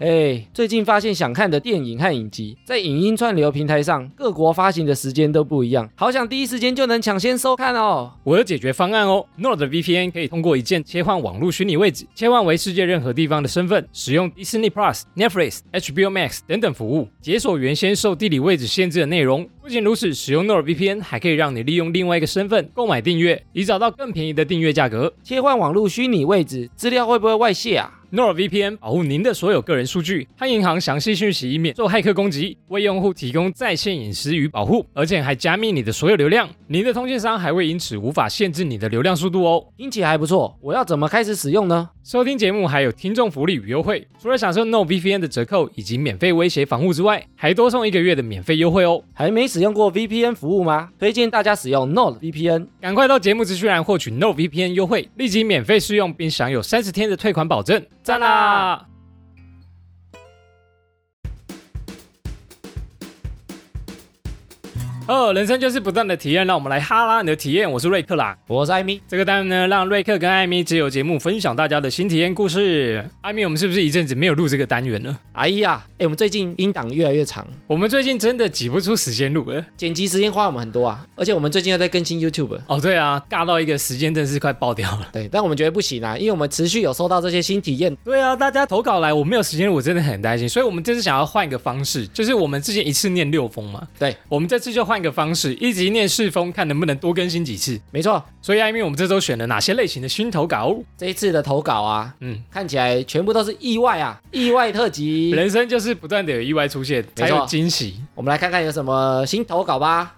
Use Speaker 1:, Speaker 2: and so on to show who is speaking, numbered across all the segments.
Speaker 1: 哎，最近发现想看的电影和影集，在影音串流平台上各国发行的时间都不一样，好想第一时间就能抢先收看哦。
Speaker 2: 我有解决方案哦！Nord VPN 可以通过一键切换网络虚拟位置，切换为世界任何地方的身份，使用 Disney Plus、Netflix、HBO Max 等等服务，解锁原先受地理位置限制的内容。不仅如此，使用 Nord VPN 还可以让你利用另外一个身份购买订阅，以找到更便宜的订阅价格。
Speaker 1: 切换网络虚拟位置，资料会不会外泄啊？
Speaker 2: NordVPN 保护您的所有个人数据和银行详细讯息，以免受骇客攻击，为用户提供在线隐私与保护，而且还加密你的所有流量。您的通讯商还会因此无法限制你的流量速度哦。
Speaker 1: 听起来还不错，我要怎么开始使用呢？
Speaker 2: 收听节目还有听众福利与优惠，除了享受 NordVPN 的折扣以及免费威胁防护之外，还多送一个月的免费优惠哦。
Speaker 1: 还没使用过 VPN 服务吗？推荐大家使用 Node VPN。
Speaker 2: 赶快到节目资讯栏获取 NordVPN 优惠，立即免费试用并享有三十天的退款保证，赞啦！哦，人生就是不断的体验，让我们来哈拉你的体验。我是瑞克啦，
Speaker 1: 我是艾米，
Speaker 2: 这个单元呢，让瑞克跟艾米自由节目分享大家的新体验故事。艾米，我们是不是一阵子没有录这个单元了？
Speaker 1: 哎呀，哎，我们最近音档越来越长，
Speaker 2: 我们最近真的挤不出时间录了。
Speaker 1: 剪辑时间花我们很多啊，而且我们最近又在更新 YouTube。
Speaker 2: 哦，对啊，尬到一个时间真是快爆掉了。
Speaker 1: 对，但我们觉得不行啊，因为我们持续有收到这些新体验。
Speaker 2: 对啊，大家投稿来，我没有时间，我真的很担心。所以我们这次想要换一个方式，就是我们之前一次念六封嘛，
Speaker 1: 对，
Speaker 2: 我们这次就换一个方式，一集念四封，看能不能多更新几次。
Speaker 1: 没错，
Speaker 2: 所以艾米，我们这周选了哪些类型的新投稿？
Speaker 1: 这一次的投稿啊，
Speaker 2: 嗯，
Speaker 1: 看起来全部都是意外啊，意外特辑。
Speaker 2: 人生就是不断的有意外出现，才有惊喜。
Speaker 1: 我们来看看有什么新投稿吧。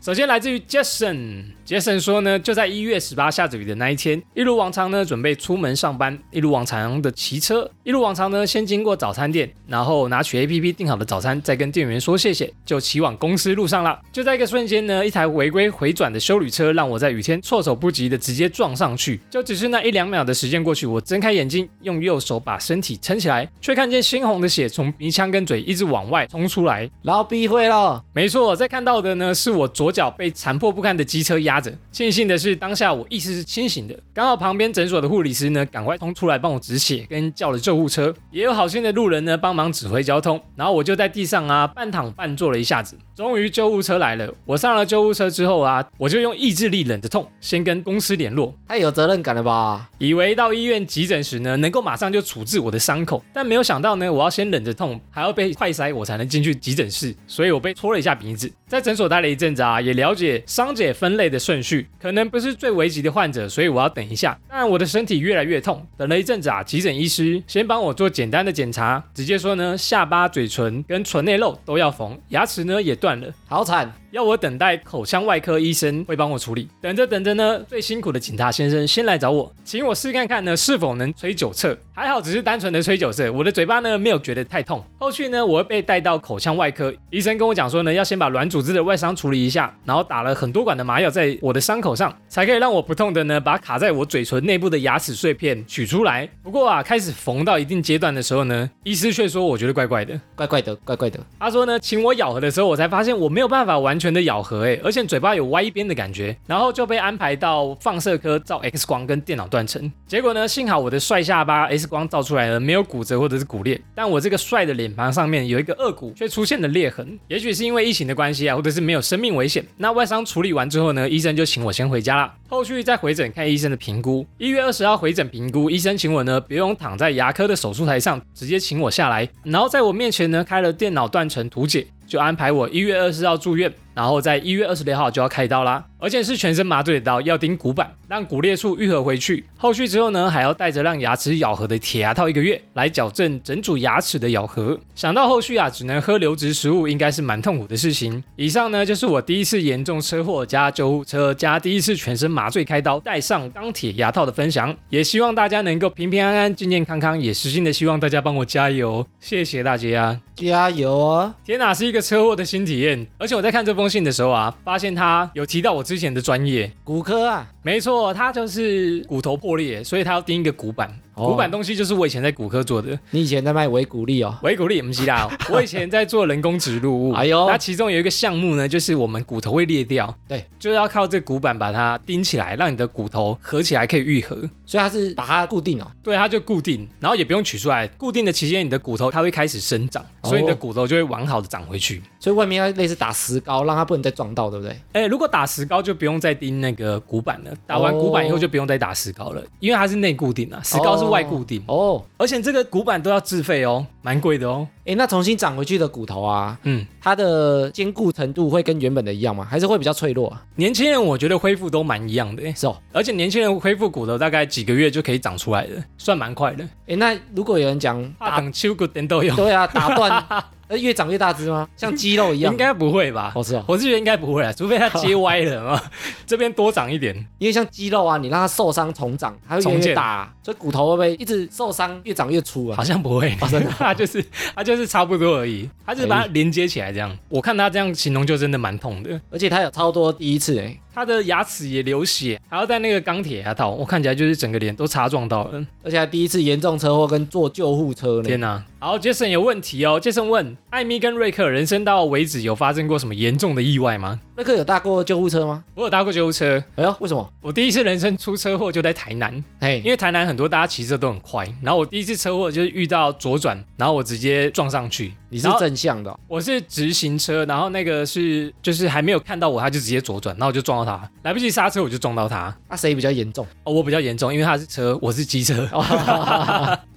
Speaker 2: 首先来自于 Jason。Jason 说呢，就在一月十八下着雨的那一天，一如往常呢，准备出门上班，一如往常的骑车，一如往常呢，先经过早餐店，然后拿取 APP 订好的早餐，再跟店员说谢谢，就骑往公司路上了。就在一个瞬间呢，一台违规回转的修旅车让我在雨天措手不及的直接撞上去。就只是那一两秒的时间过去，我睁开眼睛，用右手把身体撑起来，却看见猩红的血从鼻腔跟嘴一直往外冲出来，
Speaker 1: 老逼会了，
Speaker 2: 没错，在看到的呢是我左脚被残破不堪的机车压着。庆幸的是，当下我意识是清醒的，刚好旁边诊所的护理师呢赶快冲出来帮我止血，跟叫了救护车，也有好心的路人呢帮忙指挥交通。然后我就在地上啊半躺半坐了一下子，终于救护车来了。我上了救护车之后啊，我就用意志力忍着痛，先跟公司联络，
Speaker 1: 太有责任感了吧？
Speaker 2: 以为到医院急诊时呢，能够马上就处置我的伤口，但没有想到呢，我要先忍着痛，还要被快塞，我才能进去急诊室，所以我被戳了一下鼻子。在诊所待了一阵子啊，也了解伤者分类的顺序，可能不是最危急的患者，所以我要等一下。但我的身体越来越痛，等了一阵子啊，急诊医师先帮我做简单的检查，直接说呢，下巴、嘴唇跟唇内肉都要缝，牙齿呢也断了。
Speaker 1: 好惨，
Speaker 2: 要我等待口腔外科医生会帮我处理。等着等着呢，最辛苦的警察先生先来找我，请我试看看呢是否能吹酒测。还好只是单纯的吹酒测，我的嘴巴呢没有觉得太痛。后续呢，我会被带到口腔外科，医生跟我讲说呢，要先把软组织的外伤处理一下，然后打了很多管的麻药在我的伤口上，才可以让我不痛的呢把卡在我嘴唇内部的牙齿碎片取出来。不过啊，开始缝到一定阶段的时候呢，医师却说我觉得怪怪的。
Speaker 1: 怪怪的，怪怪的。
Speaker 2: 他说呢，请我咬合的时候，我才发现我没有办法完全的咬合，哎，而且嘴巴有歪一边的感觉，然后就被安排到放射科照 X 光跟电脑断层。结果呢，幸好我的帅下巴 X 光照出来了，没有骨折或者是骨裂，但我这个帅的脸庞上面有一个颚骨却出现了裂痕，也许是因为疫情的关系啊，或者是没有生命危险。那外伤处理完之后呢，医生就请我先回家啦，后续再回诊看医生的评估。一月二十号回诊评估，医生请我呢不用躺在牙科的手术台上，直接请我下来，然后在我面前呢开了电脑断层图解，就安排我一月二十号住院，然后在一月二十六号就要开刀啦，而且是全身麻醉的刀，要钉骨板，让骨裂处愈合回去。后续之后呢，还要带着让牙齿咬合的铁牙套一个月，来矫正整组牙齿的咬合。想到后续啊，只能喝流质食物，应该是蛮痛苦的事情。以上呢，就是我第一次严重车祸加救护车加第一次全身麻醉开刀，戴上钢铁牙套的分享，也希望大家能够平平安安、健健康康，也实心的希望大家帮我加油，谢谢大家。
Speaker 1: 加油哦！
Speaker 2: 天哪，是一个车祸的新体验。而且我在看这封信的时候啊，发现他有提到我之前的专业，
Speaker 1: 骨科啊，
Speaker 2: 没错，他就是骨头破裂，所以他要钉一个骨板。
Speaker 1: 哦
Speaker 2: 骨感东西就是我以前在骨科做的
Speaker 1: 你以前在卖维骨力哦，
Speaker 2: 维骨力，不是啦， 我以前在做人工植入物。
Speaker 1: 哎呦
Speaker 2: 那其中有一个项目呢，就是我们骨头会裂掉，
Speaker 1: 对，
Speaker 2: 就是要靠这个骨板把它钉起来，让你的骨头合起来可以愈合。
Speaker 1: 所以它是把它固定哦。
Speaker 2: 对，它就固定，然后也不用取出来。固定的期间，你的骨头它会开始生长，
Speaker 1: 哦
Speaker 2: 所以你的骨头就会完好的长回去。
Speaker 1: 所以外面要类似打石膏，让它不能再撞到，对不对？
Speaker 2: 哎、如果打石膏就不用再钉那个骨板了，打
Speaker 1: 哦
Speaker 2: 完骨板以后就不用再打石膏了，因为它是内固定啊，石膏是外固定，
Speaker 1: 哦，
Speaker 2: 而且这个骨板都要自费哦，蛮贵的哦。
Speaker 1: 诶，那重新长回去的骨头啊，
Speaker 2: 嗯，
Speaker 1: 它的坚固程度会跟原本的一样吗？还是会比较脆弱啊？
Speaker 2: 年轻人我觉得恢复都蛮一样的，哎
Speaker 1: 是哦。
Speaker 2: 而且年轻人恢复骨头大概几个月就可以长出来了，算蛮快的。
Speaker 1: 诶，那如果有人讲
Speaker 2: 啊，
Speaker 1: 打，
Speaker 2: 等秋骨等都有，
Speaker 1: 对啊，打断， 呃，越长越大只吗？像肌肉 一样
Speaker 2: 应？该不会吧？
Speaker 1: 哦，是哦，
Speaker 2: 我是觉得应该不会啊，除非它接歪 了嘛，这边多长一点。
Speaker 1: 因为像肌肉啊，你让它受伤重长，它会越来
Speaker 2: 重
Speaker 1: 越
Speaker 2: 建
Speaker 1: 大、所以骨头会不会一直受伤，越长越粗啊？
Speaker 2: 好像不会， 它就是它就是差不多而已，它就是把它连接起来
Speaker 1: 哎
Speaker 2: 这样。我看它这样形容就真的蛮痛的，
Speaker 1: 而且它有超多第一次哎、
Speaker 2: 它的牙齿也流血，还要戴那个钢铁牙套，我看起来就是整个脸都擦撞到了。
Speaker 1: 而且还第一次严重车祸跟坐救护车呢
Speaker 2: 天。哪！好，Jason 有问题哦，Jason 问艾米跟瑞克人生到为止有发生过什么严重的意外吗？
Speaker 1: 瑞克有搭过救护车吗？
Speaker 2: 我有搭过救护车，
Speaker 1: 哎呦，为什么？
Speaker 2: 我第一次人生出车祸就在台南，
Speaker 1: 哎
Speaker 2: 因，为台南很多大家骑车都很快，然后我第一次车祸就是遇到左转，然后我直接撞上去，
Speaker 1: 你是
Speaker 2: 然后
Speaker 1: 正向的哦、
Speaker 2: 我是直行车，然后那个是就是还没有看到我，他就直接左转，然后我就撞到他，来不及刹车我就撞到他。
Speaker 1: 那、啊谁比较严重？
Speaker 2: 哦，我比较严重，因为他是车，我是机车。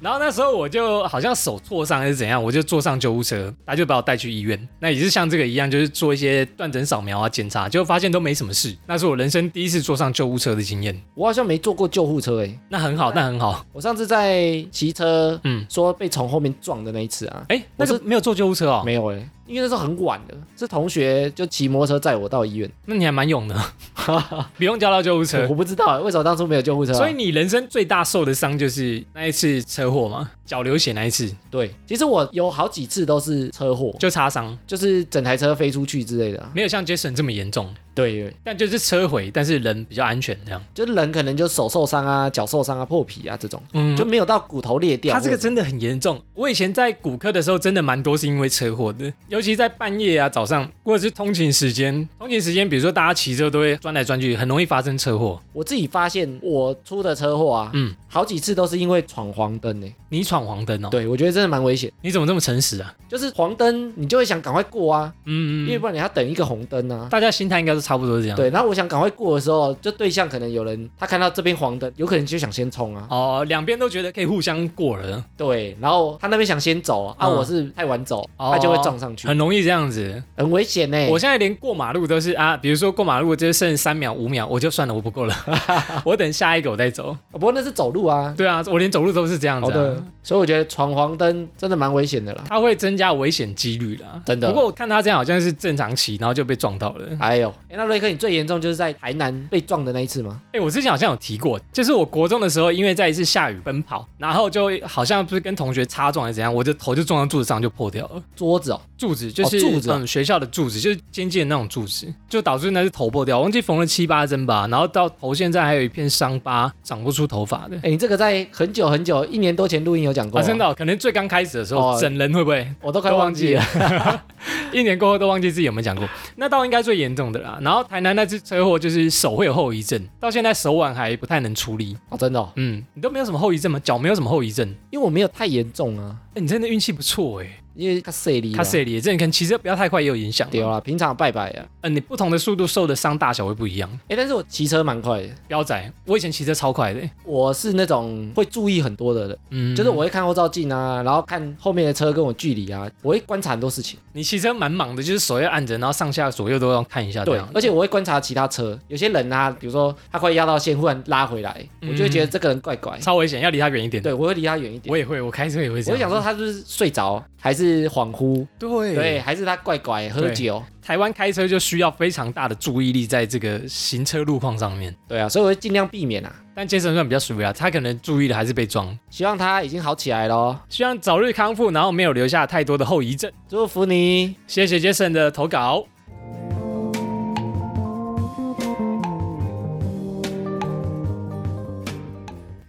Speaker 2: 然后那时候我就好像手挫伤还是怎样，我就坐上救护车，他就把我带去医院。那也是像这个一样，就是做一些断层扫描啊检查，就发现都没什么事。那是我人生第一次坐上救护车的经验，
Speaker 1: 我好像没坐过救护车哎、
Speaker 2: 那很好，那很好。
Speaker 1: 我上次在骑车，
Speaker 2: 嗯，
Speaker 1: 说被从后面撞的那一次啊，
Speaker 2: 哎，那
Speaker 1: 我
Speaker 2: 个没有坐救护车哦，
Speaker 1: 没有哎、因为那时候很晚了，是同学就骑摩托车载我到医院，
Speaker 2: 那你还蛮勇的， 不用叫到救护车
Speaker 1: 我。不知道、哎为什么当初没有救护车啊、
Speaker 2: 所以你人生最大受的伤就是那一次车祸嘛，脚流血那一次
Speaker 1: 对，其实我有好几次都是车祸，
Speaker 2: 就擦伤，
Speaker 1: 就是整台车飞出去之类的、啊。
Speaker 2: 没有像 Jason 这么严重，
Speaker 1: 对，对
Speaker 2: 但就是车毁，但是人比较安全这样。
Speaker 1: 就是人可能就手受伤啊、脚受伤啊、破皮啊这种，
Speaker 2: 嗯
Speaker 1: 就没有到骨头裂掉。
Speaker 2: 他这个
Speaker 1: 或者
Speaker 2: 真的很严重。我以前在骨科的时候，真的蛮多是因为车祸的， 尤其在半夜啊、早上或者是通勤时间。通勤时间，比如说大家骑车都会钻来钻去，很容易发生车祸。
Speaker 1: 我自己发现我出的车祸啊，
Speaker 2: 嗯，
Speaker 1: 好几次都是因为闯黄灯欸呢、
Speaker 2: 你闯黄灯哦，
Speaker 1: 对，我觉得真的蛮危险。
Speaker 2: 你怎么这么诚实啊？
Speaker 1: 就是黄灯，你就会想赶快过啊，
Speaker 2: 嗯
Speaker 1: 因为不然你要等一个红灯啊。
Speaker 2: 大家心态应该是差不多是这样。
Speaker 1: 对，然后我想赶快过的时候，就对象可能有人他看到这边黄灯，有可能就想先冲啊。
Speaker 2: 哦，两边都觉得可以互相过了，
Speaker 1: 对，然后他那边想先走啊，啊
Speaker 2: 嗯
Speaker 1: 我是太晚走，
Speaker 2: 哦
Speaker 1: 他就会撞上去，
Speaker 2: 很容易这样子。
Speaker 1: 很危险欸呢、
Speaker 2: 我现在连过马路都是啊，比如说过马路就剩三秒、五秒，我就算了，我不过了， 我等下一个我再走。
Speaker 1: 不过那是走路啊，
Speaker 2: 对啊，我连走路都是这样子、
Speaker 1: 好
Speaker 2: 啊。
Speaker 1: 的，所以我觉得闯黄灯真的蛮危险的啦。
Speaker 2: 它会增加危险几率啦，
Speaker 1: 真的
Speaker 2: 不过我看他这样好像是正常骑，然后就被撞到了。
Speaker 1: 哎呦，哎那瑞克，你最严重就是在台南被撞的那一次吗？
Speaker 2: 哎、我之前好像有提过，就是我国中的时候，因为在一次下雨奔跑，然后就好像不是跟同学擦撞还是怎样，我的头就撞到柱子上就破掉了。
Speaker 1: 桌子哦，
Speaker 2: 柱子就是、
Speaker 1: 哦柱子啊
Speaker 2: 嗯，学校的柱子就是尖尖的那种柱子，就导致那是头破掉，忘记缝了七八针吧，然后到头现在还有一片伤疤，长不出头发的。
Speaker 1: 哎，你这个在很久很久一年多前录音有讲过、
Speaker 2: 啊，真的、，哦，可能最刚开始的时候，
Speaker 1: 哦
Speaker 2: 整人会不会
Speaker 1: 我都快忘记了。
Speaker 2: 一年过后都忘记自己有没有讲过？那倒应该最严重的啦。然后台南那次车祸就是手会有后遗症，到现在手腕还不太能出力。
Speaker 1: 哦，真的、哦，
Speaker 2: 嗯，你都没有什么后遗症吗？脚没有什么后遗症？
Speaker 1: 因为我没有太严重啊，
Speaker 2: 哎、你真的运气不错哎、
Speaker 1: 因为他碎离，
Speaker 2: 卡塞里，这你可能骑车不要太快也有影响。
Speaker 1: 丢啦，啊平常拜拜啊。
Speaker 2: 嗯，你不同的速度受的伤大小会不一样。
Speaker 1: 哎，但是我骑车蛮快的，
Speaker 2: 彪仔，我以前骑车超快的欸、
Speaker 1: 我是那种会注意很多的人，
Speaker 2: 嗯，
Speaker 1: 就是我会看后照镜啊，然后看后面的车跟我距离啊，我会观察很多事情。
Speaker 2: 你骑车蛮忙的，就是手要按着，然后上下左右都要看一啊下这
Speaker 1: 对
Speaker 2: 样。，
Speaker 1: 而且我会观察其他车，有些人啊，比如说他快压到线，忽然拉回来，我就会觉得这个人怪怪。
Speaker 2: 超危险，要离他嗯远一点。，
Speaker 1: 对，我会离他远一点。
Speaker 2: 我也会，我开车也啊会这
Speaker 1: 我
Speaker 2: 样。
Speaker 1: 就想说，，他是不是睡着，还是恍惚？
Speaker 2: 对
Speaker 1: 对，还是他怪怪喝酒？
Speaker 2: 台湾开车就需要非常大的注意力在这个行车路况上面。
Speaker 1: 对啊，所以我会尽量避免啊。
Speaker 2: 但杰森算比较属于啊，他可能注意了还是被撞，
Speaker 1: 希望他已经好起来咯，
Speaker 2: 希望早日康复，然后没有留下太多的后遗症。
Speaker 1: 祝福你。
Speaker 2: 谢谢杰森的投稿。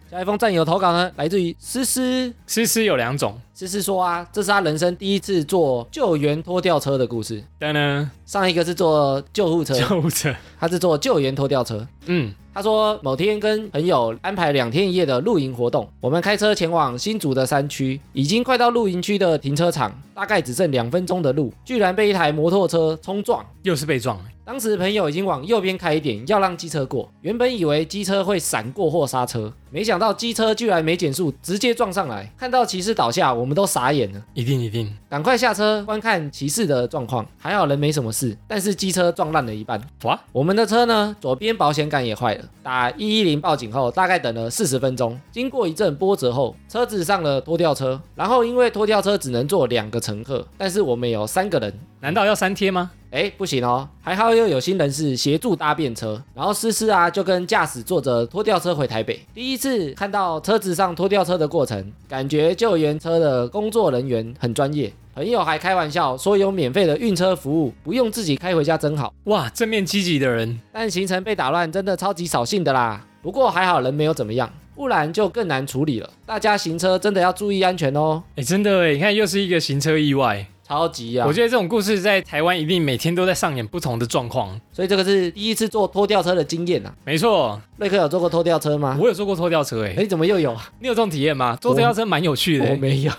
Speaker 1: 现小爱风战友投稿呢，来自于思思。
Speaker 2: 思思有两种，
Speaker 1: 思思说啊，这是他人生第一次坐救援拖吊车的故事。
Speaker 2: 当然
Speaker 1: 上一个是坐救护车，
Speaker 2: 就这，
Speaker 1: 他是坐救援拖吊车。
Speaker 2: 嗯，
Speaker 1: 他说某天跟朋友安排两天一夜的露营活动，我们开车前往新竹的山区，已经快到露营区的停车场，大概只剩两分钟的路，居然被一台摩托车冲撞。
Speaker 2: 又是被撞了，
Speaker 1: 当时朋友已经往右边开一点，要让机车过。原本以为机车会闪过或刹车，没想到机车居然没减速，直接撞上来。看到骑士倒下，我们都傻眼了，
Speaker 2: 一定一定，
Speaker 1: 赶快下车观看骑士的状况。还好人没什么事，但是机车撞烂了一半。
Speaker 2: 哇，
Speaker 1: 我们的车呢，左边保险杆也坏了。打一一零报警后，大概等了四十分钟。经过一阵波折后，车子上了拖吊车，然后因为拖吊车只能坐两个乘客，但是我们有三个人，
Speaker 2: 难道要三贴吗？
Speaker 1: 哎，不行哦，还好又有新人士协助搭便车，然后思思啊就跟驾驶坐着拖吊车回台北。第一次看到车子上拖吊车的过程，感觉救援车的工作人员很专业。朋友还开玩笑说有免费的运车服务，不用自己开回家真好。
Speaker 2: 哇，正面积极的人，
Speaker 1: 但行程被打乱，真的超级扫兴的啦。不过还好人没有怎么样，不然就更难处理了。大家行车真的要注意安全哦，
Speaker 2: 哎，真的哎，你看又是一个行车意外，
Speaker 1: 超级啊！
Speaker 2: 我觉得这种故事在台湾一定每天都在上演不同的状况。
Speaker 1: 所以这个是第一次坐拖吊车的经验啊。
Speaker 2: 没错，
Speaker 1: 瑞克有坐过拖吊车吗？
Speaker 2: 我有坐过拖吊车，哎，
Speaker 1: 哎，怎么又有啊？
Speaker 2: 你有这种体验吗？坐拖吊车蛮有趣的
Speaker 1: 我
Speaker 2: 欸。
Speaker 1: 没有。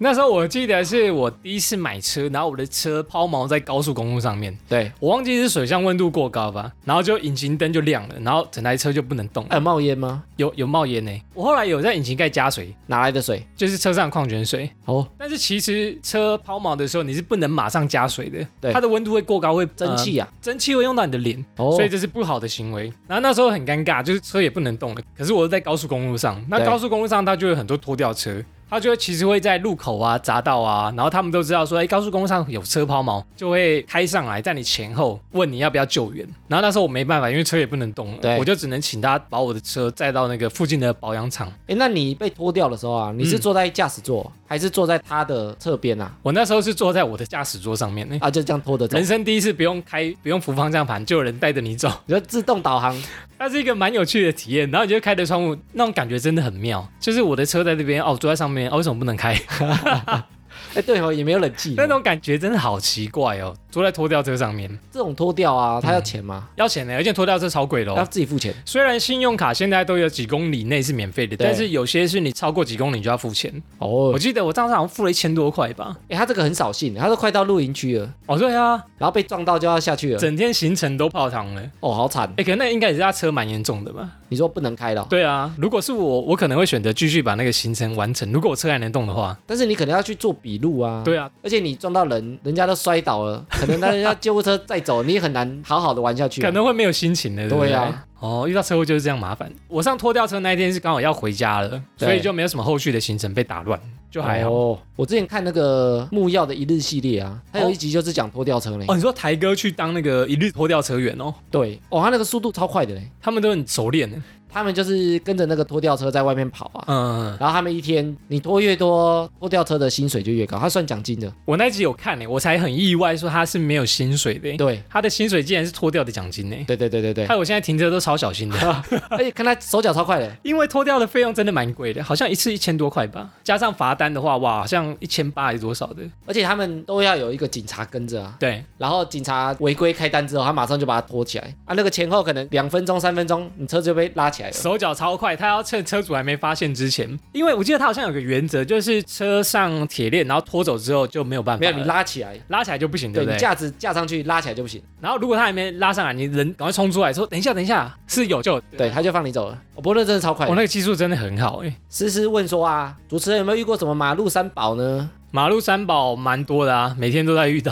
Speaker 2: 那时候我记得是我第一次买车，然后我的车抛锚在高速公路上面，
Speaker 1: 对，
Speaker 2: 我忘记是水箱温度过高吧，然后就引擎灯就亮了，然后整台车就不能动了，呃
Speaker 1: 还有冒烟吗？
Speaker 2: 有有冒烟呢。我后来有在引擎盖加水，
Speaker 1: 哪来的水？
Speaker 2: 就是车上的矿泉水。
Speaker 1: 哦，
Speaker 2: 但是其实车抛锚的时候，你是不能马上加水的，
Speaker 1: 对
Speaker 2: 它的温度会过高，会
Speaker 1: 蒸、啊气呀、
Speaker 2: 呃蒸汽会用到你的脸，
Speaker 1: 哦，
Speaker 2: 所以这是不好的行为。然后那时候很尴尬，就是车也不能动了，可是我是在高速公路上，那
Speaker 1: 对
Speaker 2: 高速公路上它就有很多拖吊车。它就会其实会在路口啊、匝道啊，然后他们都知道说，哎，高速公路上有车抛锚，就会开上来，在你前后问你要不要救援。然后那时候我没办法，因为车也不能动了，
Speaker 1: 对
Speaker 2: 我就只能请他把我的车载到那个附近的保养厂。
Speaker 1: 哎，那你被拖掉的时候啊，你是
Speaker 2: 嗯
Speaker 1: 坐在驾驶座，还是坐在他的侧边啊？
Speaker 2: 我那时候是坐在我的驾驶座上面，哎
Speaker 1: 啊，就这样拖着走
Speaker 2: 人，生第一次不用开，不用扶方向盘，就有人带着你走，
Speaker 1: 你就自动导航。
Speaker 2: 那是一个蛮有趣的体验。然后你就开着窗户，那种感觉真的很妙。就是我的车在这边，哦，我坐在上面，哦，为什么不能 开？，
Speaker 1: 哎，对哦，也没有冷气
Speaker 2: 那种感觉真的好奇怪哦，坐在拖吊车上面
Speaker 1: 这种拖掉啊，他要钱吗？
Speaker 2: 要钱呢，而且拖吊车超贵的
Speaker 1: 要
Speaker 2: 哦。
Speaker 1: 自己付钱。
Speaker 2: 虽然信用卡现在都有几公里内是免费的，
Speaker 1: 对
Speaker 2: 但是有些是你超过几公里就要付钱。
Speaker 1: 哦
Speaker 2: 我，记得我账上好像付了一千多块吧。
Speaker 1: 哎，他这个很扫兴，他都快到露营区了，
Speaker 2: 哦，对啊，
Speaker 1: 然后被撞到就要下去了，
Speaker 2: 整天行程都泡汤了。
Speaker 1: 哦，好惨。
Speaker 2: 哎，可能那应该也是他车蛮严重的吧。
Speaker 1: 你说不能开了哦，
Speaker 2: 对啊，如果是我，我可能会选择继续把那个行程完成。如果我车还能动的话，
Speaker 1: 但是你可能要去做笔录啊。。
Speaker 2: 对啊，
Speaker 1: 而且你撞到人，人家都摔倒了，可能那人家救护车再走，你也很难好好的玩下去
Speaker 2: 可
Speaker 1: 啊。
Speaker 2: 能会没有心情的。对不
Speaker 1: 对啊，
Speaker 2: 哦，遇到车祸就是这样麻烦。我上拖吊车那一天是刚好要回家了，
Speaker 1: 对
Speaker 2: 所以就没有什么后续的行程被打乱，就还好。哦
Speaker 1: 哦。我之前看那个木曜的一日系列啊，
Speaker 2: 哦
Speaker 1: 它有一集就是讲拖吊车嘞。
Speaker 2: 你说台哥去当那个一日拖吊车员哦，
Speaker 1: 对，哦，他那个速度超快的嘞。
Speaker 2: 他们都很熟练的。
Speaker 1: 他们就是跟着那个拖吊车在外面跑啊，
Speaker 2: 嗯，
Speaker 1: 然后他们一天你拖越多，拖吊车的薪水就越高，他算奖金的。
Speaker 2: 我那集有看呢，我才很意外说他是没有薪水的，
Speaker 1: 对，
Speaker 2: 他的薪水竟然是拖吊的奖金呢。
Speaker 1: 对对对对对
Speaker 2: 害，我现在停车都超 小心的，
Speaker 1: 而且看他手脚超快的，
Speaker 2: 因为拖吊的费用真的蛮贵的，好像一次一千多块吧，加上罚单的话，哇，好像一千八还是多少的。
Speaker 1: 而且他们都要有一个警察跟着啊。
Speaker 2: 对，
Speaker 1: 然后警察违规开单之后，他马上就把他拖起来啊！那个前后可能两分钟、三分钟，你车子就被拉起来了。
Speaker 2: 手脚超快，他要趁车主还没发现之前，因为我记得他好像有个原则，就是车上铁链，然后拖走之后就没有办法
Speaker 1: 没
Speaker 2: 了，
Speaker 1: 有，你拉起来，
Speaker 2: 拉起来就不行，对
Speaker 1: 对
Speaker 2: 不
Speaker 1: 你
Speaker 2: 对？
Speaker 1: 架子架上去拉起来就不行，
Speaker 2: 然后如果他还没拉上来，你人赶快冲出来说等一下，等一下，是有就
Speaker 1: 对，。他就放你走了。哦，不过那真的超快
Speaker 2: 我、
Speaker 1: 的。
Speaker 2: 那个技术真的很好哎、
Speaker 1: 思思问说啊，主持人有没有遇过什么马路三宝呢？
Speaker 2: 马路三宝蛮多的啊，每天都在 遇到。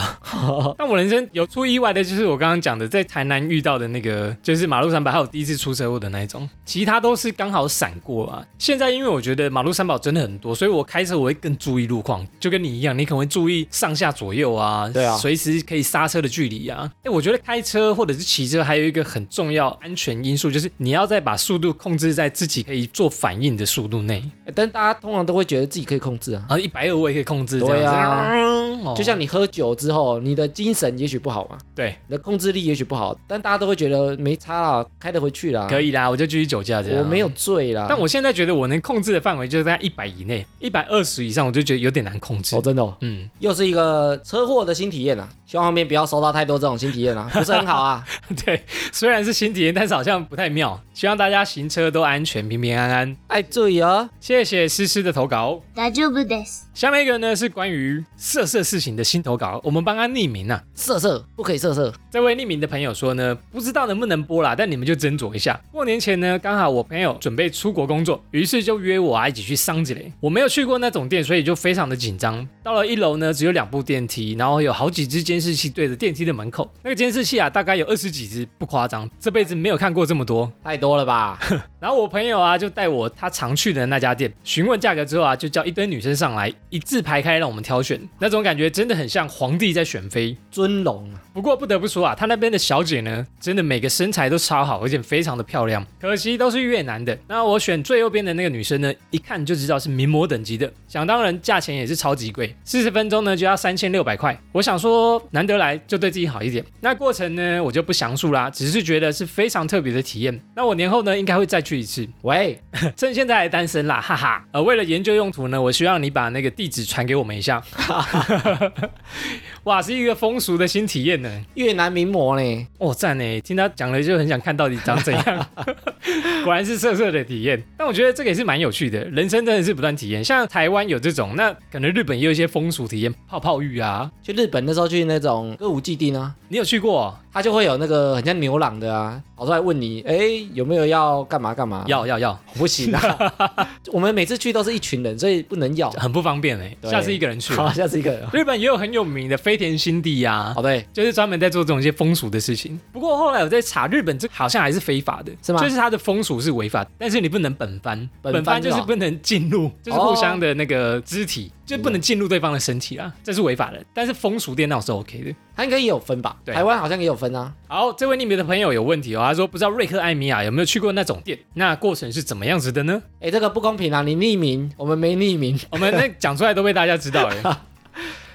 Speaker 2: 但我人生有出意外的，就是我刚刚讲的，在台南遇到的那个，就是马路三宝，还有第一次出车祸的那一种，其他都是刚好闪过啊。现在因为我觉得马路三宝真的很多，所以我开车我会更注意路况，就跟你一样，你可能会注意上下左右啊，
Speaker 1: 对啊
Speaker 2: 随时可以刹车的距离啊。哎，我觉得开车或者是骑车还有一个很重要安全因素，就是你要再把速度控制在自己可以做反应的速度内
Speaker 1: 诶但是大家通常都会觉得自己可以控制啊，
Speaker 2: 啊，一百二我也可以控控制这样
Speaker 1: 对
Speaker 2: 子。
Speaker 1: 啊
Speaker 2: 嗯
Speaker 1: 就像你喝酒之后，你的精神也许不好嘛，
Speaker 2: 对，
Speaker 1: 你的控制力也许不好，但大家都会觉得没差啦，开得回去啦，
Speaker 2: 可以啦，我就继续酒驾这样。
Speaker 1: 啊我没有。醉啦。
Speaker 2: 但我现在觉得我能控制的范围就是在一百以内，一百二十以上我就觉得有点难控制。
Speaker 1: 哦，真的、哦，
Speaker 2: 嗯，
Speaker 1: 又是一个车祸的新体验啊！希望后面不要收到太多这种新体验 啊，不是很好啊。
Speaker 2: 对，虽然是新体验，但是好像不太妙。希望大家行车都安全，平平安安。
Speaker 1: 哎，注意哦，
Speaker 2: 谢谢诗诗的投稿。
Speaker 3: 大丈夫です。
Speaker 2: 下面一个呢是关于色色事情的新投稿，我们帮他匿名啊。
Speaker 1: 色色不可以色色，
Speaker 2: 这位匿名的朋友说呢，不知道能不能播啦，但你们就斟酌一下。过年前呢，刚好我朋友准备出国工作，于是就约我啊一起去桑吉雷。我没有去过那种店，所以就非常的紧张。到了一楼呢，只有两部电梯，然后有好几只监视器对着电梯的门口。那个监视器啊，大概有二十几只，不夸张，这辈子没有看过这么多。
Speaker 1: 太多了 吧？
Speaker 2: 然后我朋友啊，就带我他常去的那家店，询问价格之后啊，就叫一堆女生上来，一字排开让我们挑选，那种感觉真的很像皇帝在选妃。
Speaker 1: 尊龙啊，
Speaker 2: 不过不得不说啊，他那边的小姐呢，真的每个身材都超好，而且非常的漂亮。可惜都是越南的。那我选最右边的那个女生呢，一看就知道是名模等级的，想当然价钱也是超级贵，四十分钟呢就要三千六百块。我想说难得来，就对自己好一点。那过程呢，我就不详述啦，只是觉得是非常特别的体验。那我年后呢，应该会再去一次。
Speaker 1: 喂，
Speaker 2: 趁现在还单身啦，哈哈。呃，为了研究用途呢，我希望你把那个地址传给我们一下。哇，是一个风俗的新体验呢。
Speaker 1: 越南名模呢？
Speaker 2: 哦，赞呢！听他讲了就很想看到底长怎样， 果然是色色的体验。但我觉得这个也是蛮有趣的，人生真的是不断体验。像台湾有这种，那可能日本也有一些风俗体验，泡泡浴啊，
Speaker 1: 去日本那时候去那种歌舞伎町啊，
Speaker 2: 你有去过哦？
Speaker 1: 他就会有那个很像牛郎的啊，跑出来问你，哎，有没有要干嘛干嘛？
Speaker 2: 要要要，
Speaker 1: 不行啊， 我们每次去都是一群人，所以不能要。
Speaker 2: 很不方便哎，
Speaker 1: 对
Speaker 2: 下次一个人去。
Speaker 1: 好，下次一个 人。
Speaker 2: 日本也有很有名的飞田新地呀、啊
Speaker 1: 哦，。对，
Speaker 2: 就是专门在做这种一些风俗的事情。不过后来我在查，日本这好像还是非法的，
Speaker 1: 是吗
Speaker 2: 就是它的风俗是违法，但是你不能本番，
Speaker 1: 本番
Speaker 2: 就
Speaker 1: 就是好哦
Speaker 2: 不能进入，就是互相的那个肢体，就是不能进入对方的身体
Speaker 1: 嗯
Speaker 2: 啦，这是违法的。但是风俗店那种是 OK 的。
Speaker 1: 他应该也有分吧？
Speaker 2: 对
Speaker 1: 台湾好像也有分啊。
Speaker 2: 好，这位匿名的朋友有问题哦，他说不知道瑞克艾米亚有没有去过那种店，那过程是怎么样子的呢？
Speaker 1: 哎，这个不公平啊！你匿名，我们没匿名。
Speaker 2: 我们那讲出来都被大家知道 了。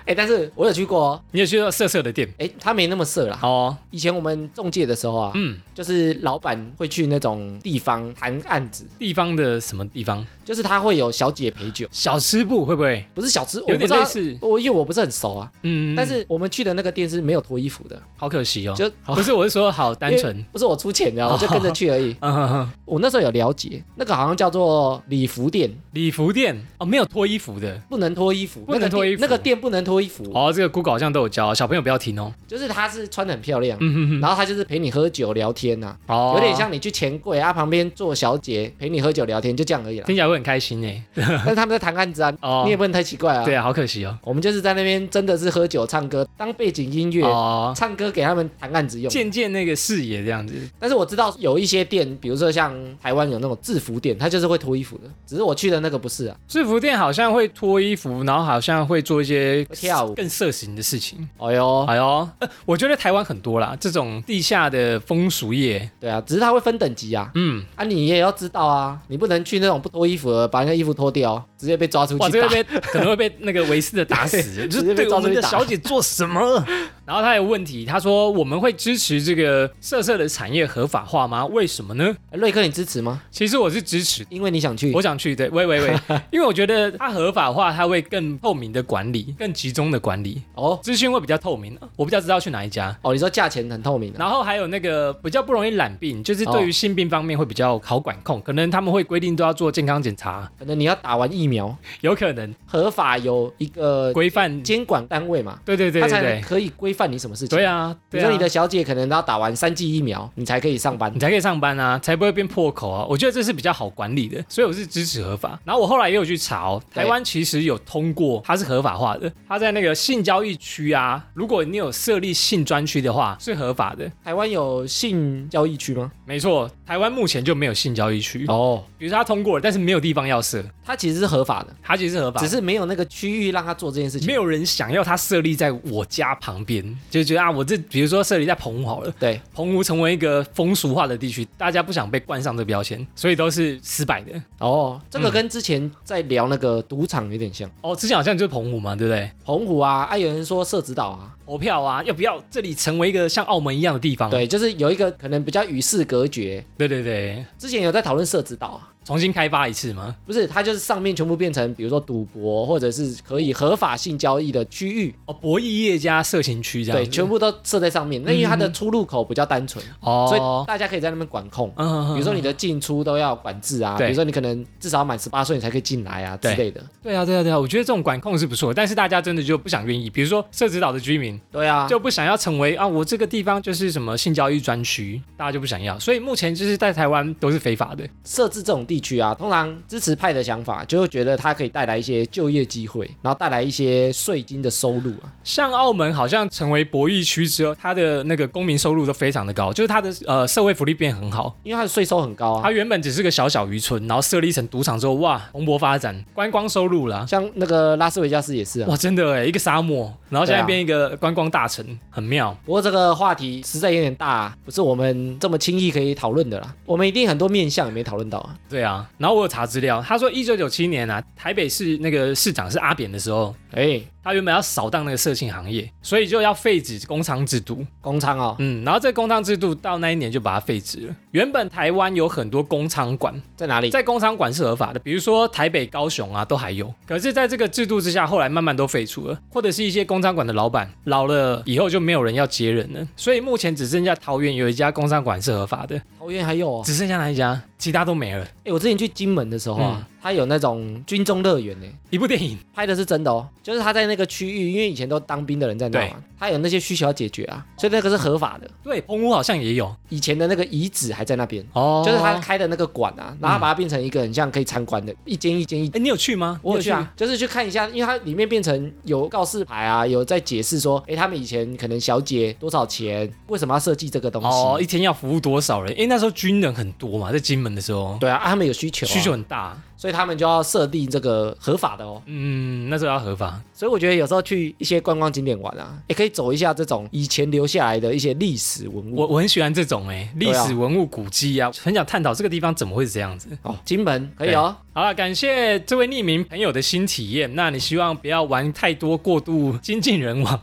Speaker 1: 哎，但是我有去过哦。
Speaker 2: 你有去过色色的店？
Speaker 1: 哎，他没那么色啦。
Speaker 2: 好哦，
Speaker 1: 以前我们中介的时候啊，
Speaker 2: 嗯，
Speaker 1: 就是老板会去那种地方谈案子，
Speaker 2: 地方的什么地方？
Speaker 1: 就是他会有小姐陪酒，
Speaker 2: 小吃部会不会
Speaker 1: 不是小吃，我不
Speaker 2: 有点
Speaker 1: 知道
Speaker 2: 类。似？
Speaker 1: 我因为我不是很熟啊，
Speaker 2: 嗯，
Speaker 1: 但是我们去的那个店是没有脱衣服的，
Speaker 2: 好可惜哦，
Speaker 1: 就
Speaker 2: 不是，我是说好单纯。哦
Speaker 1: 不是我出钱的，我就跟着去而 已。
Speaker 2: 嗯哼哼，
Speaker 1: 我那时候有了解，那个好像叫做礼服店，
Speaker 2: 礼服店哦，没有脱衣服的。
Speaker 1: 不能脱衣服，
Speaker 2: 不能脱衣服
Speaker 1: 那个店那个店不能脱衣服，
Speaker 2: 哦，这个 Google 好像都有教，小朋友不要听哦。
Speaker 1: 就是他是穿的很漂亮，
Speaker 2: 嗯哼哼，
Speaker 1: 然后他就是陪你喝酒聊天呐、
Speaker 2: 哦，
Speaker 1: 有点，像你去钱柜啊，旁边做小姐陪你喝酒聊天，就这样而已啦。
Speaker 2: 听起来会很开心哎。
Speaker 1: 但是他们在谈案子啊，
Speaker 2: 哦
Speaker 1: 你也不能太奇怪啊。
Speaker 2: 对啊，好可惜哦。
Speaker 1: 我们就是在那边真的是喝酒唱歌当背景音乐，
Speaker 2: 哦，
Speaker 1: 唱歌给他们谈案子用。
Speaker 2: 渐渐那个视野这样子。
Speaker 1: 但是我知道有一些店，比如说像台湾有那种制服店，它就是会脱衣服的，只是我去的那个不是啊。
Speaker 2: 制服店好像会脱衣服，然后好像会做一些
Speaker 1: 会跳舞
Speaker 2: 更色情的事情。
Speaker 1: 哎呦，
Speaker 2: 哎呦，呃我觉得台湾很多啦，这种地下的风俗业。
Speaker 1: 对啊，只是它会分等级啊。
Speaker 2: 嗯，
Speaker 1: 啊，你也要知道啊，你不能去那种不脱衣服的，把人家衣服脱掉，直接被抓出去
Speaker 2: 哇，这
Speaker 1: 打
Speaker 2: 个。被可能会被那个维斯的 打死，就
Speaker 1: 直
Speaker 2: 是
Speaker 1: 接被
Speaker 2: 对我
Speaker 1: 抓出
Speaker 2: 们
Speaker 1: 去
Speaker 2: 的
Speaker 1: 打
Speaker 2: 小姐做 什么？然后他有问题，他说我们会支持这个色色的产业合法化吗？为什么呢？
Speaker 1: 哎瑞克，你支持吗？
Speaker 2: 其实我是 支持的。
Speaker 1: 因为你想去
Speaker 2: 我。想去，对，喂 喂喂，因为我觉得它合法化，它会更透明的管理，更集中的管理，
Speaker 1: 哦
Speaker 2: 资讯会比较透明，我比较知道去哪一家。
Speaker 1: 哦，你说价钱很透明啊？
Speaker 2: 然后还有那个比较不容易染病，就是对
Speaker 1: 哦
Speaker 2: 于性病方面会比较好管控，可能他们会规定都要做健康检查，
Speaker 1: 可能你要打完疫苗，
Speaker 2: 有可能
Speaker 1: 合法有一个
Speaker 2: 规范。
Speaker 1: 监管单位嘛，
Speaker 2: 对对对
Speaker 1: 他
Speaker 2: 对
Speaker 1: 才
Speaker 2: 对，
Speaker 1: 可以规范你什么事情。
Speaker 2: 对啊，
Speaker 1: 比
Speaker 2: 对
Speaker 1: 如说
Speaker 2: 啊
Speaker 1: 你的小姐可能要打完三剂疫苗，你才可以上班
Speaker 2: 你。才可以上班啊，才不会变破口啊。我觉得这是比较好管理的，所以我是支持合法。然后我后来也有去查、哦，
Speaker 1: 对
Speaker 2: 台湾其实有通过，它是合法化的。它在那个性交易区啊，如果你有设立性专区的话，是合法的。
Speaker 1: 台湾有性交易区吗？
Speaker 2: 没错，台湾目前就没有性交易区，
Speaker 1: 哦，
Speaker 2: 比如说它通过了，但是没有地方要设，
Speaker 1: 它其实是合法的，
Speaker 2: 它其实是合法的
Speaker 1: 只是没有那个区域让他做这件事情。
Speaker 2: 没有人想要它设立在我家旁边，人，就觉得啊，我这比如说设立在澎湖好了，
Speaker 1: 对，
Speaker 2: 澎湖成为一个风俗化的地区，大家不想被冠上这标签，所以都是失败的。
Speaker 1: 哦，这
Speaker 2: 嗯
Speaker 1: 个跟之前在聊那个赌场有点像，
Speaker 2: 哦，之前好像就是澎湖嘛，对不对？
Speaker 1: 澎湖啊，啊，有人说社子岛啊，
Speaker 2: 投票啊，要不要这里成为一个像澳门一样的地方？啊
Speaker 1: 对，就是有一个可能比较与世隔绝。
Speaker 2: 对对对，
Speaker 1: 之前有在讨论社子岛啊，
Speaker 2: 重新开发一次嘛。
Speaker 1: 不是，它就是上面全部变成比如说赌博或者是可以合法性交易的区域，
Speaker 2: 哦，博弈业加色情区这样
Speaker 1: 对，
Speaker 2: 子。
Speaker 1: 全部都设在上面。那因为它
Speaker 2: 嗯
Speaker 1: 的出入口比较单纯，
Speaker 2: 哦，
Speaker 1: 所以大家可以在那边管控。
Speaker 2: 嗯，嗯，嗯
Speaker 1: 比如说你的进出都要管制啊，比
Speaker 2: 对
Speaker 1: 如说你可能至少满十八岁你才可以进来啊之
Speaker 2: 对
Speaker 1: 类的。
Speaker 2: 对啊对啊对啊，我觉得这种管控是不错，但是大家真的就不想愿意。比如说社子岛的居民，
Speaker 1: 对啊，
Speaker 2: 就不想要成为啊，我这个地方就是什么性交易专区，大家就不想要，所以目前就是在台湾都是非法的。
Speaker 1: 设置这种地区啊，通常支持派的想法就会觉得它可以带来一些就业机会，然后带来一些税金的收入啊。
Speaker 2: 像澳门好像成为博弈区之后，它的那个公民收入都非常的高，就是它的呃社会福利变很好。
Speaker 1: 因为它的税收很高啊
Speaker 2: 它。原本只是个小小渔村，然后设立成赌场之后，哇，蓬勃发展，观光收入啦。
Speaker 1: 像那个拉斯维加斯也是啊。
Speaker 2: 哇，真的哎，一个沙漠，然后现
Speaker 1: 对
Speaker 2: 在
Speaker 1: 啊
Speaker 2: 变一个观光大城，很妙。
Speaker 1: 不过这个话题实在有点大、啊，不是我们这么轻易可以讨论的啦。我们一定很多面向也没讨论到啊。
Speaker 2: 对啊，然后我有查资料，他说一九九七年啊，台北市那个市长是阿扁的时候，
Speaker 1: 哎，
Speaker 2: 他原本要扫荡那个色情行业，所以就要废止工商制度。
Speaker 1: 工厂哦，
Speaker 2: 嗯，然后这个工商制度到那一年就把它废止了。原本台湾有很多工商馆，
Speaker 1: 在哪里？
Speaker 2: 在工商馆是合法的，比如说台北、高雄啊都还有。可是在这个制度之下，后来慢慢都废除了，或者是一些工商馆的老板老了以后就没有人要接人了，所以目前只剩下桃园有一家工商馆是合法的，
Speaker 1: 桃园还有哦。
Speaker 2: 只剩下那一家，其他都没了。
Speaker 1: 哎，我之前去金门的时候
Speaker 2: 嗯
Speaker 1: 啊，它有那种军中乐园呢、
Speaker 2: 一部电影，
Speaker 1: 拍的是真的哦，就是他在那个区域，因为以前都当兵的人在那嘛，他有那些需求要解决啊，所以那个是合法的。
Speaker 2: 对，澎湖好像也有
Speaker 1: 以前的那个遗址还在那边，
Speaker 2: 哦
Speaker 1: 就是他
Speaker 2: 哎、
Speaker 1: 开的那个馆啊，然后他把它变成一个很像可以参观的，一间一间一间。
Speaker 2: 你有去吗？
Speaker 1: 我有
Speaker 2: 你
Speaker 1: 去啊，就是去看一下，因为它里面变成有告示牌啊，有在解释说，哎诶，他们以前可能小姐多少钱，为什么要设计这个东西？
Speaker 2: 哦，一天要服务多少人？因为那时候军人很多嘛，在金门的时候，
Speaker 1: 对啊，啊他们有需求、
Speaker 2: 需求，很大。
Speaker 1: 所以他们就要设定这个合法的哦。
Speaker 2: 嗯，那时候要合法。
Speaker 1: 所以我觉得有时候去一些观光景点玩啊，也可以走一下这种以前留下来的一些历史文物。
Speaker 2: 我我很喜欢这种哎、历
Speaker 1: 对啊
Speaker 2: 史文物古迹啊，很想探讨这个地方怎么会是这样子。
Speaker 1: 哦，金门可以哦。
Speaker 2: 好了，感谢这位匿名朋友的新体验。那你希望不要玩太多过度精尽 人亡，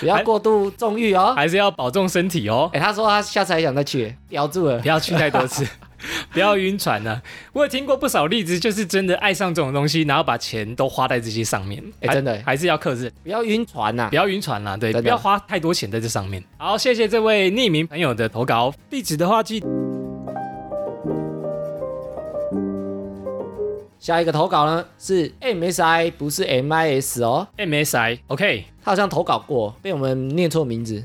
Speaker 1: 不要过度纵欲哦。
Speaker 2: 还是要保重身体哦，
Speaker 1: 哎、他说他下次还想再去，咬住了
Speaker 2: 不。要去太多 次，不要晕船呢、我有听过不少例子，就是真的爱上这种东西，然后把钱都花在这些上面。
Speaker 1: 哎、真的
Speaker 2: 还是要克制，
Speaker 1: 不要晕船啊呐、
Speaker 2: 不要晕船啦，啊对，
Speaker 1: 真的
Speaker 2: 不要花太多钱在这上面。好，谢谢这位匿名朋友的投稿，地址的话记
Speaker 1: 下一个投稿呢是 MSI，不是 MIS 哦。
Speaker 2: MSI OK。
Speaker 1: 他好像投稿过，被我们念错名字。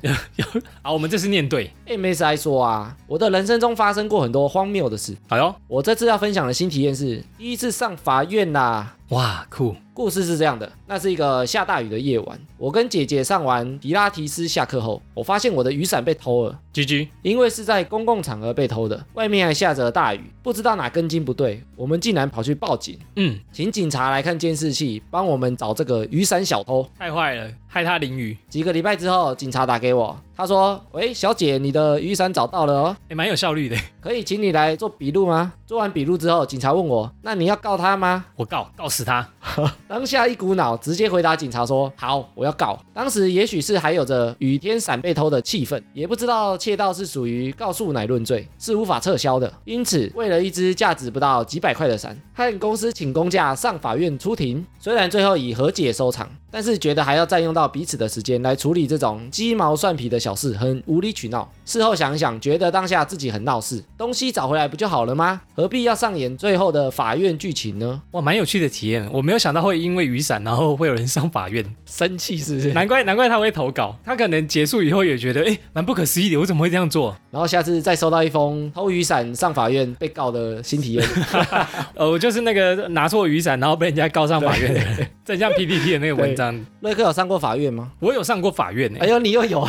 Speaker 2: 好，我们这次念对，
Speaker 1: MSI 说啊，我的人生中发生过很多荒谬的事。
Speaker 2: 好哟，
Speaker 1: 我这次要分享的新体验是第一次上法院啊啦。
Speaker 2: 哇，酷，
Speaker 1: 故事是这样的，那是一个下大雨的夜晚，我跟姐姐上完皮拉提斯下课后，我发现我的雨伞被偷了。
Speaker 2: 居居，
Speaker 1: 因为是在公共场合被偷的，外面还下着大雨，不知道哪根筋不对，我们竟然跑去报警，
Speaker 2: 嗯，
Speaker 1: 请警察来看监视器，帮我们找这个雨伞小偷。
Speaker 2: 太坏了，害他淋雨，
Speaker 1: 几个礼拜之后，警察打给我，他说：“喂，小姐，你的雨伞找到了哦，
Speaker 2: 也、欸蛮有效率的。
Speaker 1: 可以请你来做笔录吗？”做完笔录之后，警察问我：“那你要告他吗
Speaker 2: 我告告死他，？”
Speaker 1: 当下一股脑直接回答警察说：“好，我要告。”当时也许是还有着雨天伞被偷的气氛，也不知道窃盗是属于告诉乃论罪，是无法撤销的。因此，为了一只价值不到几百块的伞，和公司请公假上法院出庭。虽然最后以和解收场，但是觉得还要占用到彼此的时间来处理这种鸡毛蒜皮的小事，很无理取闹。事后想想，觉得当下自己很闹事，东西找回来不就好了吗？何必要上演最后的法院剧情呢？
Speaker 2: 哇，蛮有趣的体验。我没有想到会因为雨伞，然后会有人上法院，
Speaker 1: 生气是不是？
Speaker 2: 难怪难怪他会投稿。他可能结束以后也觉得，哎、蛮不可思议的，我怎么会这样做？
Speaker 1: 然后下次再收到一封偷雨伞上法院被告的新 体验，
Speaker 2: 呃，我就是那个拿错雨伞，然后被人家告上法院的人，这很像 PPT 的那个文章。
Speaker 1: 瑞克有上过法院吗？
Speaker 2: 我有上过法院呢、
Speaker 1: 哎呦，你又 有，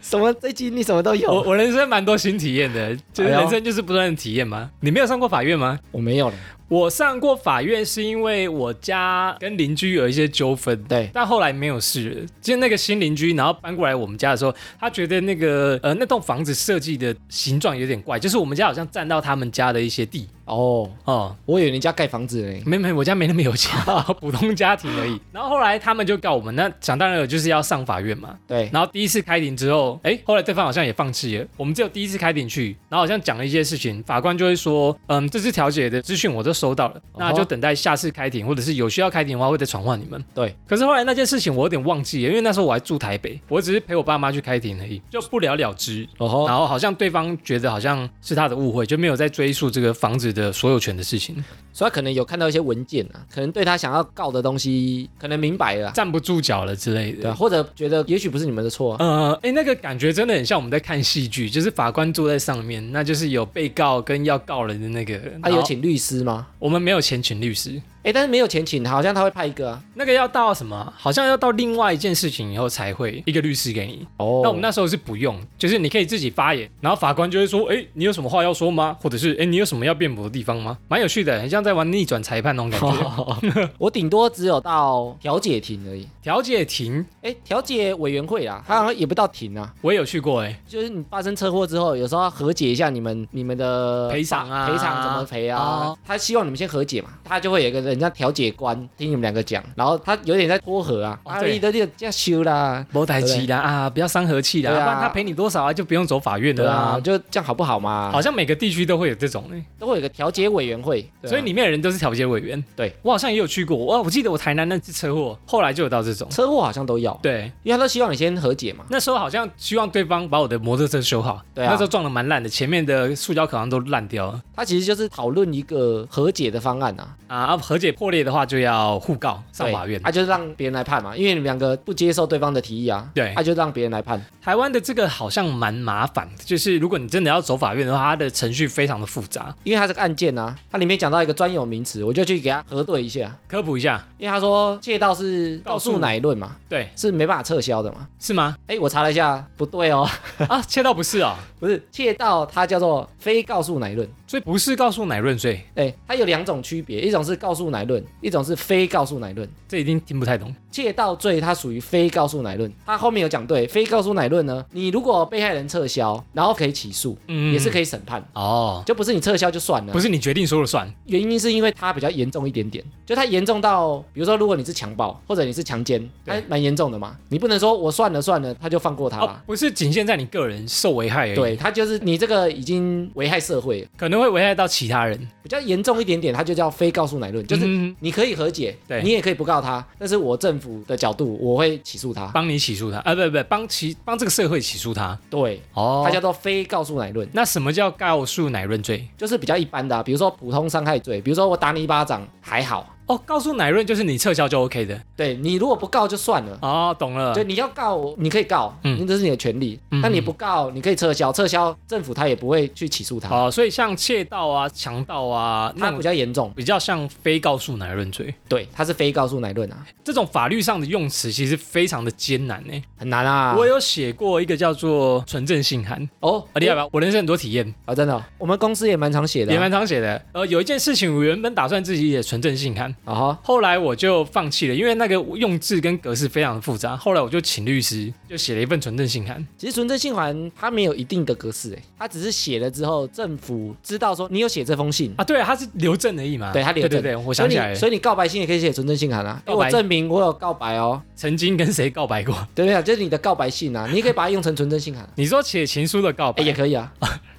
Speaker 1: 什么最近你什么都有，
Speaker 2: 我
Speaker 1: 我
Speaker 2: 我人生蛮多新体验的，就是
Speaker 1: 哎呦
Speaker 2: 人生就是不断的体验嘛。你没有上过法院吗？
Speaker 1: 没有了，
Speaker 2: 我上过法院是因为我家跟邻居有一些纠纷，
Speaker 1: 对
Speaker 2: 但后来没有事了。就那个新邻居，然后搬过来我们家的时候，他觉得那个呃那栋房子设计的形状有点怪，就是我们家好像占到他们家的一些地
Speaker 1: 哦，
Speaker 2: 哦、
Speaker 1: 我以为人家盖房子嘞。
Speaker 2: 没没，我家没那么有钱， 普通家庭而已。然后后来他们就告我们，那想当然有就是要上法院嘛。
Speaker 1: 对，
Speaker 2: 然后第一次开庭之后，哎，后来对方好像也放弃了。我们只有第一次开庭去，然后好像讲了一些事情，法官就会说，嗯，这次调解的资讯我都收到了，那就等待下次开庭，或者是有需要开庭的话会再传唤你们。
Speaker 1: 对，
Speaker 2: 可是后来那件事情我有点忘记了，因为那时候我还住台北，我只是陪我爸妈去开庭而已，就不了了之。
Speaker 1: 哦吼，
Speaker 2: 然后好像对方觉得好像是他的误会，就没有再追溯这个房子的所有权的事情，
Speaker 1: 所以他可能有看到一些文件啊，可能对他想要告的东西可能明白了啊，
Speaker 2: 站不住脚了之类
Speaker 1: 对啊，
Speaker 2: 的。
Speaker 1: 或者觉得也许不是你们的错啊，
Speaker 2: 呃，哎，那个感觉真的很像我们在看戏剧，就是法官坐在上面，那就是有被告跟要告人的那个。
Speaker 1: 他
Speaker 2: 然
Speaker 1: 啊有
Speaker 2: 后
Speaker 1: 请律师吗？
Speaker 2: 我们没有钱请律师，
Speaker 1: 哎，但是没有钱请，好像他会派一个啊。
Speaker 2: 那个要到什么？好像要到另外一件事情以后才会一个律师给你。
Speaker 1: 哦
Speaker 2: 那我们那时候是不用，就是你可以自己发言，然后法官就会说，哎，你有什么话要说吗？或者是，哎，你有什么要辩驳的地方吗？蛮有趣的，很像在玩逆转裁判那种感觉。
Speaker 1: 我顶多只有到调解庭而已。
Speaker 2: 调解庭
Speaker 1: 哎，调解委员会啦，他好像也不到庭啊，
Speaker 2: 我也有去过，哎，
Speaker 1: 就是你发生车祸之后，有时候要和解一下你们你们的
Speaker 2: 赔偿啊
Speaker 1: 赔偿怎么赔啊？
Speaker 2: 哦
Speaker 1: 他希望你们先和解嘛，他就会有一个人家调解官听你们两个讲，然后他有点在撮合啊，
Speaker 2: 哦
Speaker 1: 啊，
Speaker 2: 对
Speaker 1: 你的这这样修啦，
Speaker 2: 不太
Speaker 1: 对
Speaker 2: 急啦啊，不要伤和气啦，
Speaker 1: 对啊
Speaker 2: 不然他赔你多少啊，就不用走法院的
Speaker 1: 对啊，
Speaker 2: 啦。
Speaker 1: 就这样好不好嘛？
Speaker 2: 好像每个地区都会有这种呢，
Speaker 1: 都会有一个调解委员会，对啊
Speaker 2: 所以里面的人都是调解委员。
Speaker 1: 对
Speaker 2: 我好像也有去过，哇，我记得我台南那次车祸，后来就有到这种。
Speaker 1: 车祸好像都要，
Speaker 2: 对，
Speaker 1: 因为他都希望你先和解嘛。
Speaker 2: 那时候好像希望对方把我的摩托车修好，
Speaker 1: 对啊
Speaker 2: 那时候撞得蛮烂的，前面的塑胶壳好像都烂掉了
Speaker 1: 他其实就是讨论一个和解的方案啊，
Speaker 2: 啊。啊和解破裂的话就要互告上
Speaker 1: 对
Speaker 2: 法院。
Speaker 1: 他、就是让别人来判嘛，因为你们两个不接受对方的提议啊，
Speaker 2: 对
Speaker 1: 他、就让别人来判。
Speaker 2: 台湾的这个好像蛮麻烦的，就是如果你真的要走法院的话，它的程序非常的复杂。
Speaker 1: 因为它这个案件啊，它里面讲到一个专有名词，我就去给他核对一下。
Speaker 2: 科普一下，
Speaker 1: 因为他说窃盗是告诉乃论嘛，
Speaker 2: 对，
Speaker 1: 是没办法撤销的嘛。
Speaker 2: 是 吗？
Speaker 1: 哎，我查了一下，不对哦，
Speaker 2: 啊，切到不是啊、
Speaker 1: 不是窃盗，它叫做非告诉乃论。
Speaker 2: 所以不是告诉乃润罪，
Speaker 1: 哎，它有两种区别，一种是告诉乃论，一种是非告诉乃论。
Speaker 2: 这一定听不太懂。
Speaker 1: 窃盗罪它属于非告诉乃论，它后面有讲对，非告诉乃论呢，你如果被害人撤销，然后可以起诉，
Speaker 2: 嗯
Speaker 1: 也是
Speaker 2: 以
Speaker 1: 可以审判，
Speaker 2: 哦，
Speaker 1: 就不是你撤销就算了
Speaker 2: 不。是你决定说了算
Speaker 1: 原因是因为它比较严重一点点，就它严重到，比如说如果你是强暴或者你是强奸，
Speaker 2: 对
Speaker 1: 还蛮严重的嘛，你不能说我算了算了，他就放过他
Speaker 2: 哦哎
Speaker 1: 啦。，
Speaker 2: 不是仅限在你个人受危害而已，
Speaker 1: 对，他就是你这个已经危害社会了，
Speaker 2: 可能会危害到其他人，
Speaker 1: 比较严重一点点，它就叫非告诉乃论，就是
Speaker 2: 嗯
Speaker 1: 你可以和解，
Speaker 2: 对
Speaker 1: 你也可以不告他，但是我政府的角度我会起诉他，
Speaker 2: 帮你起诉他，啊，不不，帮起帮这个社会起诉他。
Speaker 1: 对，
Speaker 2: 哦
Speaker 1: 它叫做非告诉乃论，
Speaker 2: 那什么叫告诉乃润罪？
Speaker 1: 就是比较一般的、啊，比如说普通伤害罪，比如说我打你一巴掌还好，
Speaker 2: 哦，告诉乃润就是你撤销就 OK 的。
Speaker 1: 对你如果不告就算了。
Speaker 2: 哦，懂了
Speaker 1: 就。你要告我，你可以告，
Speaker 2: 嗯
Speaker 1: 因为这是你的权利。
Speaker 2: 嗯
Speaker 1: 但你不告，你可以撤销，撤销政府他也不会去起诉他，
Speaker 2: 哦，所以像窃盗啊、强盗啊，那
Speaker 1: 他比
Speaker 2: 种
Speaker 1: 较严重。
Speaker 2: 比较像非告诉乃润罪，
Speaker 1: 对，他是非告诉乃论啊，
Speaker 2: 这种法律上的用词其实非常的艰难呢。
Speaker 1: 很难啊。
Speaker 2: 我有写过一个叫做纯正信函，
Speaker 1: 哦，
Speaker 2: 啊，你要不要？我人生很多体验，
Speaker 1: 啊，真的哦，我们公司也蛮常写的
Speaker 2: 也
Speaker 1: 啊。
Speaker 2: 蛮常写的。呃，有一件事情我原本打算自己也纯正信函，
Speaker 1: 啊哈，
Speaker 2: 后来我就放弃了，因为那个用字跟格式非常复杂。后来我就请律师，就写了一份纯正信函。
Speaker 1: 其实纯正信函它没有一定的格式，哎，它只是写了之后，政府知道说你有写这封信，
Speaker 2: 啊，对啊，他是留证而已嘛。
Speaker 1: 对他留证
Speaker 2: 对对对，
Speaker 1: 所
Speaker 2: 我想
Speaker 1: 以
Speaker 2: 起来
Speaker 1: 你
Speaker 2: 了，
Speaker 1: 所以你告白信也可以写纯正信函啊，因
Speaker 2: 告
Speaker 1: 为
Speaker 2: 白
Speaker 1: 我证明我有告白哦，
Speaker 2: 曾经跟谁告白过？
Speaker 1: 对不对啊？就是你的告白信啊，你也可以把它用成纯正信函啊，
Speaker 2: 你说写情书的告白，
Speaker 1: 哎，也可以啊。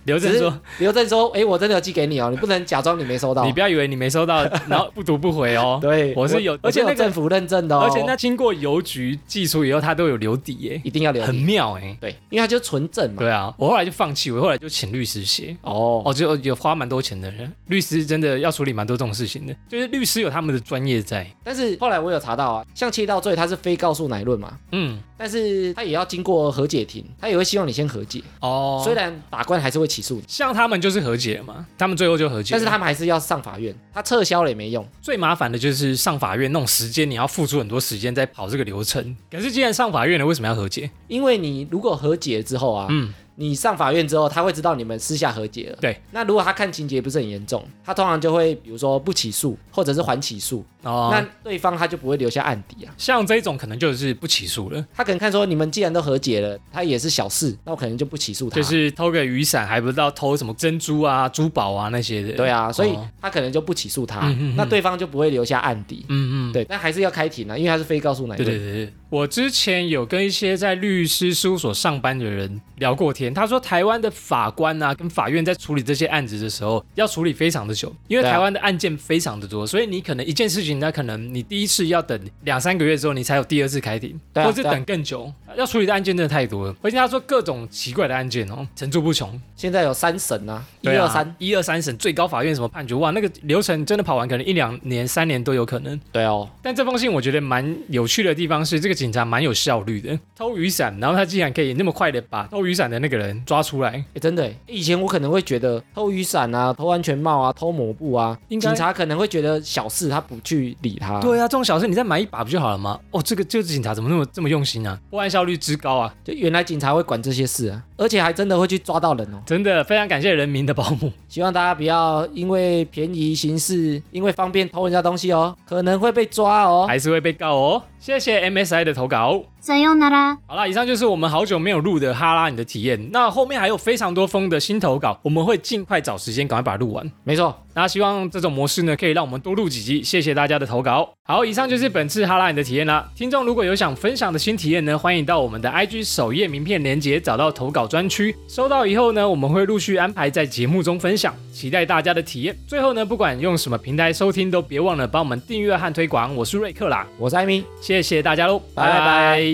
Speaker 2: 留
Speaker 1: 只
Speaker 2: 证
Speaker 1: 是
Speaker 2: 说。
Speaker 1: 刘正说，哎，我真的有寄给你哦，你不能假装你没收到
Speaker 2: 你。不要以为你没 收到，然后不读不回哦。
Speaker 1: 对，啊
Speaker 2: 我是有而
Speaker 1: 而
Speaker 2: 且
Speaker 1: 且
Speaker 2: 那个
Speaker 1: 有政府认证的哦，
Speaker 2: 而且那经过邮局寄出以后，他都有留底耶，
Speaker 1: 一定要留
Speaker 2: 很
Speaker 1: 底，
Speaker 2: 妙哎。
Speaker 1: 对，因为它就是纯正嘛。
Speaker 2: 对啊，我后来就放弃，我后来就请律师写。
Speaker 1: 哦，
Speaker 2: 哦，就有花蛮多钱的人，律师真的要处理蛮多这种事情的，就是律师有他们的专业在。
Speaker 1: 但是后来我有查到啊，像窃盗罪它是非告诉乃论嘛，
Speaker 2: 嗯，
Speaker 1: 但是它也要经过和解庭，它也会希望你先和解，
Speaker 2: 哦，
Speaker 1: 虽然法官还是会起诉你，
Speaker 2: 像他们就是和解了嘛，他们最后就和解
Speaker 1: 但
Speaker 2: 了。
Speaker 1: 是他们还是要上法院，他撤销了也没用。
Speaker 2: 最麻烦的就是上法院那种时间，你要付出很多时间在跑这个流程。可是既然上法院了，为什么要和解？
Speaker 1: 因为你如果和解之后啊，
Speaker 2: 嗯，
Speaker 1: 你上法院之后，他会知道你们私下和解了。
Speaker 2: 对，
Speaker 1: 那如果他看情节不是很严重，他通常就会比如说不起诉，或者是缓起诉，
Speaker 2: 哦，
Speaker 1: 那对方他就不会留下案底啊。
Speaker 2: 像这种可能就是不起诉了，
Speaker 1: 他可能看说你们既然都和解了，他也是小事，那我可能就不起诉他。
Speaker 2: 就是偷个雨伞，还不知道偷什么珍珠啊、珠宝啊那些的。
Speaker 1: 对
Speaker 2: 啊，
Speaker 1: 啊，所以
Speaker 2: 哦
Speaker 1: 他可能就不起诉他，
Speaker 2: 嗯嗯嗯
Speaker 1: 那对方就不会留下案底。
Speaker 2: 嗯嗯，
Speaker 1: 对，但还是要开庭啊，因为他是非告诉乃
Speaker 2: 对
Speaker 1: 论。
Speaker 2: 对对对，我之前有跟一些在律师事务所上班的人聊过天，他说台湾的法官啊跟法院在处理这些案子的时候，要处理非常的久，因为
Speaker 1: 对啊
Speaker 2: 台湾的案件非常的多，所以你可能一件事情，那可能你第一次要等两三个月之后，你才有第二次开庭，
Speaker 1: 对啊
Speaker 2: 或者是
Speaker 1: 对啊
Speaker 2: 等更久，要处理的案件真的太多了，而且他说各种奇怪的案件哦，层出不穷，
Speaker 1: 现在有三审啊，一
Speaker 2: 对啊
Speaker 1: 二三，
Speaker 2: 一二三审最高法院什么判决，哇，那个流程真的跑完可能一两年、三年都有可能。
Speaker 1: 对哦，
Speaker 2: 但这封信我觉得蛮有趣的地方是，这个警察蛮有效率的，偷雨伞，然后他竟然可以那么快的把偷雨伞的那个人抓出来。
Speaker 1: 诶欸真的诶，以前我可能会觉得偷雨伞啊、偷安全帽啊、偷抹布啊，
Speaker 2: 应
Speaker 1: 警
Speaker 2: 该
Speaker 1: 察可能会觉得小事，他不去理他。
Speaker 2: 对啊，这种小事你再买一把不就好了吗？哦，这个这个警察怎么那么这么用心啊？破案效率之高啊，
Speaker 1: 就原来警察会管这些事啊，而且还真的会去抓到人哦。
Speaker 2: 真的非常感谢人民的保姆。
Speaker 1: 希望大家不要因为便宜行事，因为方便偷人家东西哦，可能会被抓哦。
Speaker 2: 还是会被告哦。谢谢 MSI 的投稿。
Speaker 3: さようなら。
Speaker 2: 好啦，以上就是我们好久没有录的哈拉你的体验。那后面还有非常多封的新投稿，我们会尽快找时间赶快把它录完。
Speaker 1: 没错，
Speaker 2: 那希望这种模式呢，可以让我们多录几集。谢谢大家的投稿。好，以上就是本次哈拉你的体验啦。听众如果有想分享的新体验呢，欢迎到我们的 IG 首页名片连接找到投稿专区，收到以后呢，我们会陆续安排在节目中分享，期待大家的体验。最后呢，不管用什么平台收听，都别忘了帮我们订阅和推广。我是瑞克啦，
Speaker 1: 我是艾米，
Speaker 2: 谢谢大家喽，
Speaker 1: 拜
Speaker 2: 拜拜